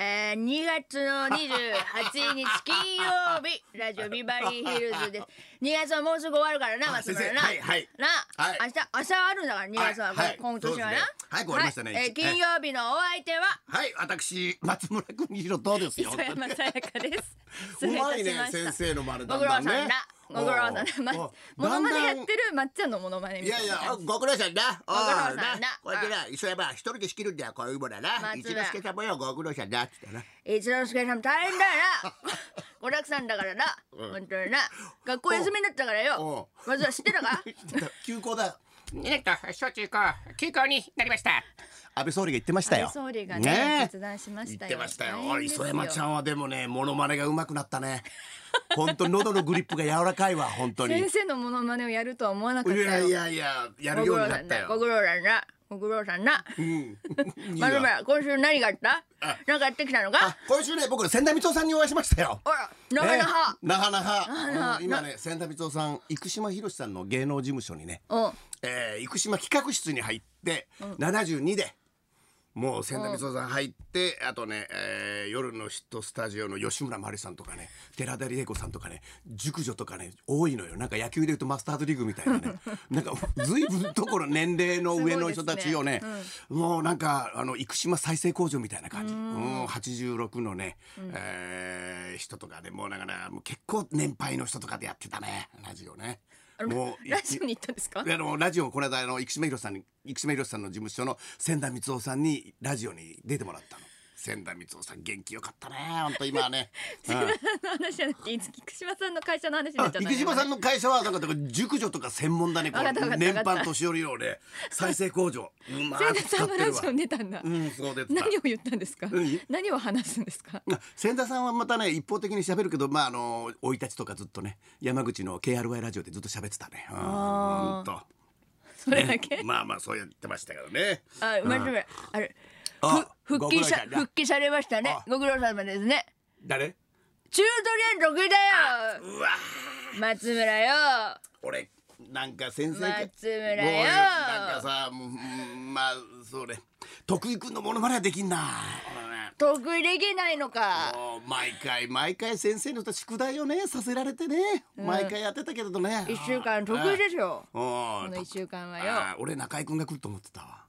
えー、2月の28日金曜 日ラジオビバリーヒルズです2月はもうすぐ終わるからな松村な、先生はいはいな、はい明日明日あるんだから2月は、はいはい今年はな、そうですね早く終わりましたねはいえー一日金曜日のお相手ははい、私松村邦弘どうですよ。磯山さやかです失 う礼いたましましいね先た生のまるごだ苦労さんんだんねだ。ご苦労さんだまおうモノマネやってだんだるんまっちゃんのモノマネみいやたいいなや感じご苦労さんだ。ご苦労さんだこうやってな磯山は一人で仕切るんだよこういうものはな。松一田之輔さんもよご苦労さんだっつってな。一之輔さん大 変だよなお楽さんだからな、うん本当にな学校休みになったからよまずは知ってたか 休校だ。えっと、小中高、休校になりました。安倍総理が言ってましたよ。安倍総理がね決断しましたよ言ってましたよ大。変あれですよ磯山ちゃんはでもねモノマネが上手くなったね。 本当喉のグリップが柔らかいわ本当に。い 先生のモノマネをやるとは思わなかったよやいやいややるようになったごよ。苦労さんだご苦労さんだうん。いいまるまわる今週何があったあ何かやってきたのかあ今週ね僕の千田光夫さんにお会いしましたよ。ほらなかなかええなかなかなかうん今ね千田光夫さん生島ひろしさんの芸能事務所にね、うんえー、生島企画室に入って、72でもう千田光夫さん入って、あとね、えー夜のヒットスタジオの吉村麻里さんとかね寺田理恵子さんとかね熟女とかね多いのよなんか野球でいうとマスターズリーグみたいな ねなんか随分とこの年齢の上の人たちをねすごいですもうなんかあの生島再生工場みたいな感じうん86のね、えー人とかでもうなんかねもう結構年配の人とかでやってたねラジオね。もうラジオに行ったんですかであのラジオこの間あの生島ひろしさんに生島ひろしさんの事務所の千田光夫さんにラジオに出てもらったの千田光夫さん元気よかったね本当今 はね、うんの話じゃなくて生島さんの会社の話になっちゃった生島さんの会社はなんかだから熟女とか専門だねこうわかったわかった年配年寄りのね再生 工場うま千く田使さっんのてラるジわオに出たんだうんそうです何を言ったんですか何何を話すんですか千田さんはまたね一方的に喋るけどまああの生い立ちとかずっとね山口の KRY ラジオでずっと喋ってたねうんあーほんとそれだけまあまあそうやってましたけどねあ、まじめ、あれ。あふ復帰ごさ苦労さんだ復帰されましたねあ。ご苦労様ですね。誰中途連続だよ。うわ松村よ。俺なんか先生松村よもう俺なんかさもううんまあそうね徳井君のモノマネはできんな俺ね得意できないのか。もう毎回毎回先生の宿題をねさせられてね、毎回やってたけれどね一週間得意ですよ。うんこの一週間はよ。あー俺中居君が来ると思って たわ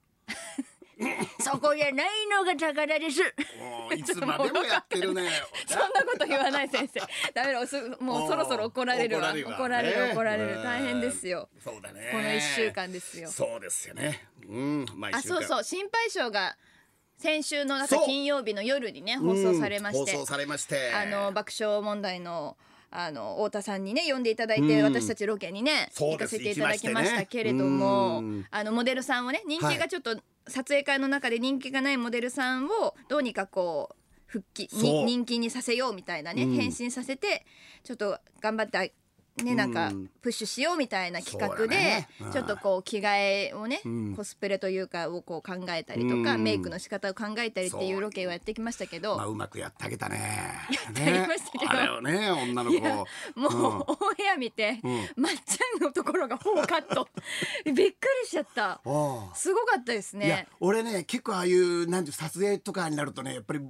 そこじゃないのが高田です。もういつまでもやってるねそんなこと言わない先生。ダメだ、おすもうそろそろ怒られるわ。怒られる、ね怒られる。うん大変ですよ。そうだねこの一週間ですよ。そうですよねうんまああ、一週間そうそう、心配性が。先週のなんかそう金曜日の夜にね、放送されまして。うん放送されましてあの爆笑問題のあの太田さんにね呼んでいただいて、私たちロケにねそ行うでかすせていただきまし行きましてたねけれども、うんあのモデルさんをね人気はがいちょっと、撮影会の中で人気がないモデルさんをどうにかこう復帰そにう人気にさせようみたいなね、うん変身させてちょっと頑張って。ね、なんかうんプッシュしようみたいな企そ画うで、だねうんちょっとこう着替えをね、うんコスプレというかをこう考えたりとか、うんメイクの仕方を考えたりっていうロケをやってきましたけど、まあうまくやってあげたね。やってあげましたけどあれをね女の子を。もう、うんオンエア見て、うんまっちゃんのところがほぼカット びっくりしちゃったあすごかったですあいやね俺ね結構ああいうなんていう撮影とかになるとねやっぱり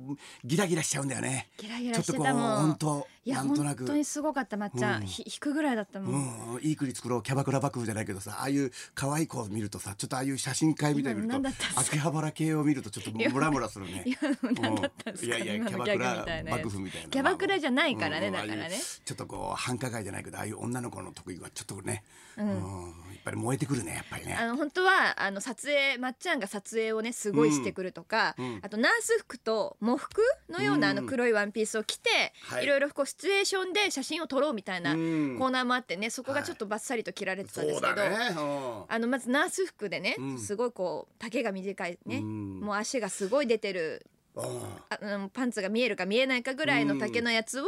ギラギラしちゃうんだよね。ギラギちラょっしてとこうたもん本当いやなんとなく。本当にすごかったまっちゃん、うんひ引くぐらいだったもん、うん、いい国作ろうキャバクラ幕府じゃないけどさああいう可愛い子を見るとさちょっとああいう写真会みたいに見今のる何とだったんですか秋葉原系を見るとちょっとムラムラするね。今の 何だったんですか、うんいやいや今キャのバギャクグみラたいなやつ幕府みたいなキャバクラじゃないからね、うんだからああいねうちょっとこう繁華街じゃないけどああいう女の子の得意はちょっとね、うんやっぱり燃えてくるねやっぱりねあの本当はあの撮影まっちゃんが撮影をねすごいしてくるとか、あとナース服と喪服のようなあうんの黒いワンピースを着て、、はいいろいろこうシチュエーションで写真を撮ろうみたいなコうーんナーもあってねそこがちょっとバッサリと切られてたんでそすけうど、だね、うんあのまずナース服でね、うんすごいこう丈が短いね、うんもう足がすごい出てるうんああのパンツが見えるか見えないかぐらいの丈のやつを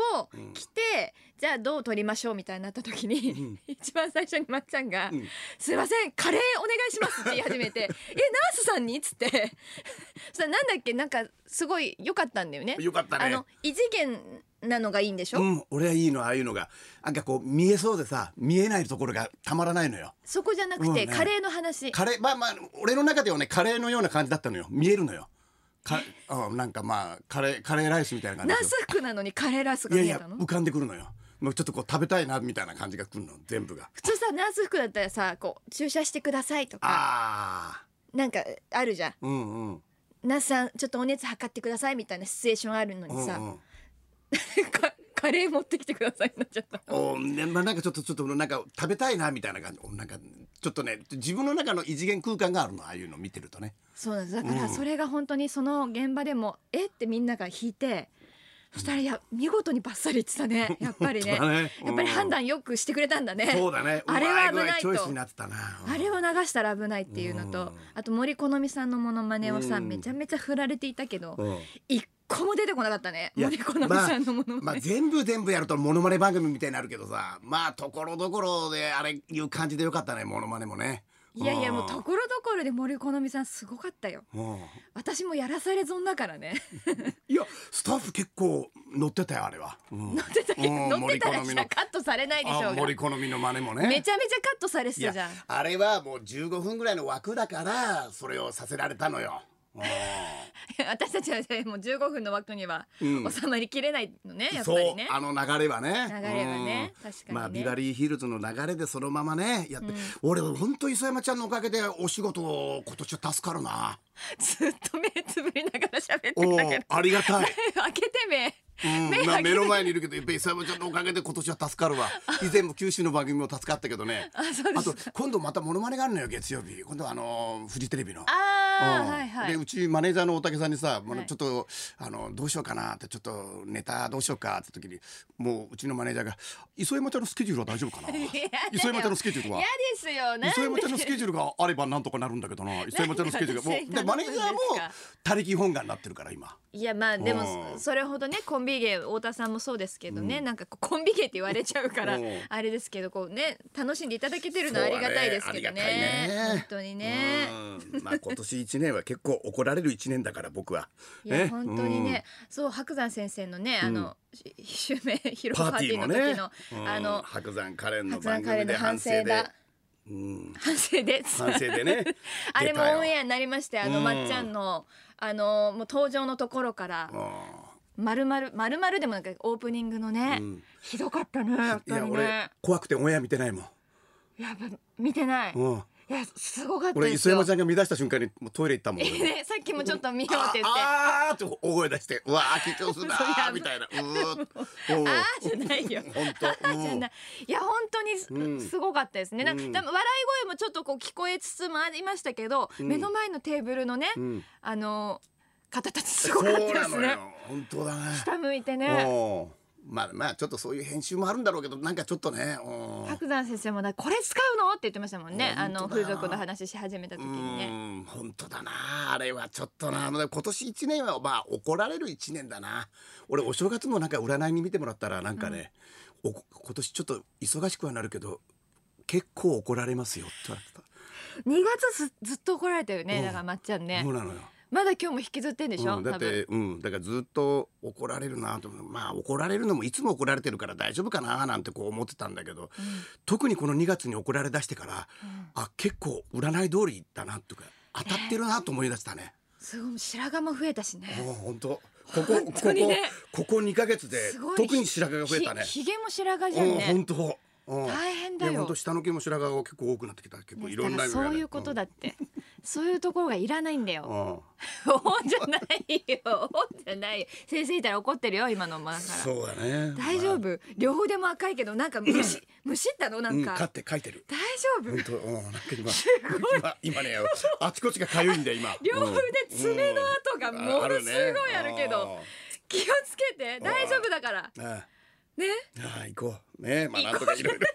着て、じゃあどう撮りましょうみたいになった時に、 一番最初にまっちゃんが「んすいませんカレーお願いします」って言い始 めて「えナースさんに?」っつって そしたらなんだっけなんかすごい良かったんだよね。良かったねあの異次元なのがいいんでしょ、うん、俺はいいのああいうのがなんかこう見えそうでさ見えないところがたまらないのよそこじゃなくて、うんねカレーの話カレーまあまあ俺の中ではねカレーのような感じだったのよ見えるのよかうんなんかまあカレーカレーライスみたいな感じナですよスクなのにカレーライスいがや見いえやたの浮かんでくるのよもうちょっとこう食べたいなみたいな感じがくるの全部が普通さナース服だったらさこう注射してくださいとかああなんかあるじゃんうんうんナースさんちょっとお熱測ってくださいみたいなシチュエーションあるのうにんうさ、ん かカレー持ってきてくださいになっちゃったおねまあ、なんかちょっとちょっとなんか食べたいなみたいな感じおなんかちょっとね自分の中の異次元空間があるのああいうの見てるとねそうなんですだからそれが本当にその現場でも、えってみんなが引いてそしたらいや見事にバッサリ言ってた ねやっぱりね本当だねうんやっぱり判断よくしてくれたんだねそうだねあれは危うま具合ないチョイスとになってたなあれを流したら危ないっていうのと、うんあと森好美さんのモノマネをさ、うんめちゃめちゃ振られていたけど、うん一個も出てこなかったねいや森好美さんのモノマネ、まあ、まあ全部全部やるとモノマネ番組みたいになるけどさまあところどころであれいう感じでよかったねモノマネもねいやいやんもうところどころで森好美さんすごかったようん私もやらされ損だからねいやスタッフ結構乗ってたよあれは、うん、乗って 乗ってたらしたのらカットされないでしょあうが森好みの真似もねめちゃめちゃカットされていたやじゃんあれはもう15分ぐらいの枠だからそれをさせられたのよ。 うん私たちはねもう15分の枠にはうん収まりきれないのね、やっぱそうりねあの流れはね流れはねうん確かにねまあビバリーヒルズの流れでそのままねやって、俺本当磯山ちゃんのおかげでお仕事を今年は助か るなずっと目つぶりながら喋ってたけおどーありが たい、開けて目うん目まあ開け目の前にいるけどやっぱり磯山ちゃんのおかげで今年は助かるわ以前も九州の番組も助かったけどねあそうであすと今度またモノマネがあるのよ月曜日今度はあのーフジテレビのあーうんはいはいでうちマネージャーの大竹さんにさ、まあはいちょっとあのどうしようかなってちょっとネタどうしようかって時にもううちのマネージャーが「磯山ちゃんのスケジュールは大丈夫 かな?」磯山ちゃんのスケジュールは嫌ですよなんで磯山ちゃんのスケジュールがあればなんとかなるんだけどな磯山ちゃんのスケジュールがもなんうででマネージャーもなんで他力本願になってるから今いやまあでもうんそそれほどねコンビ芸太田さんもそうですけどね、なんかこうコ ンビ芸って言われちゃうからうんあれですけどこうね楽しんでいただけてるのはありがたいですけどねそうはありがたい本当にね。うんまあ今年一年は結構怒られる一年だから僕は。いやね本当にね、そう白山先生のねあの、 襲名披露パーティーの時の、うんあの白山カレンの白山番カレ組ーので反反省省でだ反省です反省でね あれも出たよオンエアになりましてあの、うんまっちゃんのあのもう登場のところからうんまるまるまるまるでもなんかオープニングのね、うんひどかったねやっいぱやり俺ね怖くてオンエア見てないもん、やっぱ見てない、いうん、やすごかった俺です磯よ山ちゃんが乱した瞬間にもうトイレ行ったもん俺もねさっきもちょっと見ようって言ってあああーって大声出してうわー緊張するなそうやーばみたいなうーっおうあーじゃないよ本当 あーじゃないいや本当にす,、うんごかったですねなんかうん多分笑い声もちょっとこう聞こえつつもありましたけど、ん目の前のテーブルのね、うんあの方たちすごそかっうたでなすのねよ本当だね下向いてねおうまあまあちょっとそういう編集もあるんだろうけどなんかちょっとねおう白山先生もなこれ使うのって言ってましたもんねあの本当だ風俗の話し始めた時にうねん本当だなあれはちょっとなまあ今年一年はまあ怒られる一年だな俺お正月もなんか占いに見てもらったらなんかね、お今年ちょっと忙しくはなるけど結構怒られますよって言われ2月ずずっと怒られたよねうんだからまっちゃんてた、ねそうなのよ、まだ今日も引きずってんでしょ、うん、だっ多分てうんだからずっと怒られるなと思うまあ怒られるのもいつも怒られてるから大丈夫かななんてこう思ってたんだけど、特にこの2月に怒られだしてから、あ結構占い通りだなとか当たってるなと思い出したね。すごい白髪も増えたしねもう本当。ここ、本こ当にねこ、ここ二ヶ月ですごい、特に白髪が増えたね。ひひげも白髪じゃんうん、ね本当。うん大変だよいや本当下の毛も白髪が結構多くなってきた。結構いろんだな意味かがらね。そういうことだって、そういうところがいらないんだうよん。うん。おんじゃないよおんじゃないよ先生いたら怒ってるよ今のまだからそうだね。大丈ま夫両方でも赤いけどなんかむ しむしったのなあ。うん、んか、かって書いてる。大丈夫本当、うん、なんか今、今、今ね、あちこちが痒いんだよ今。両腕爪の跡がうんものすごいあるけど、。ね気をつけて大丈夫だからあーあねー、あー行こう。ね、まあ、なんとかいろいろ。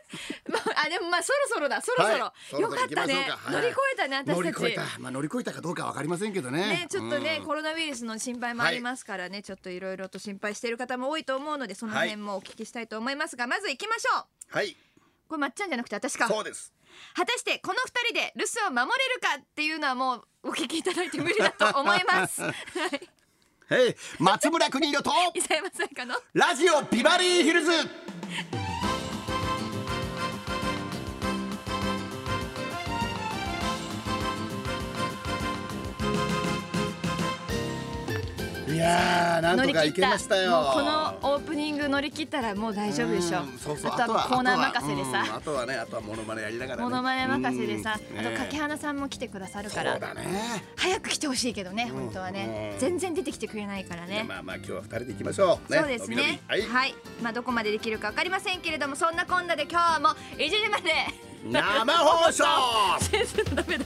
ま ああでもまあそろそろだそろそろ、はいそろよそろか行っきたましょうね、かはい乗り越えたね乗り私た越えちた、まあ、乗り越えたかどうかわかりませんけどね。ね、ちょっとね、うんコロナウイルスの心配もありますからね、ちょっといろいろと心配している方も多いと思うのでその辺もお聞きしたいと思いますが、まず行きましょうはい、これまっちゃんじゃなくて私かそうです。果たしてこの二人で留守を守れるかっていうのはもうお聞きいただいて無理だと思います はいはい、松村邦洋と。伊沢まさかのラジオビバリーヒルズ。やーなん乗とりかい切けったましたよもうこのオープニング乗り切ったらもう大丈夫でしょうんそうそうあとはコーナー任せであとは,、うん、さあとはねあとはモノマネやりながら、ね、モノマネ任せでさ、うんあとね掛花さんも来てくださるからそうだね早く来てほしいけどね本当はね、うん全然出てきてくれないからね、まあまあ今日は二人で行きましょう。そうですのびのねびはい、はい。まあどこまでできるかわかりませんけれどもそんなこんなで今日も1時まで生放送。先生のダメだ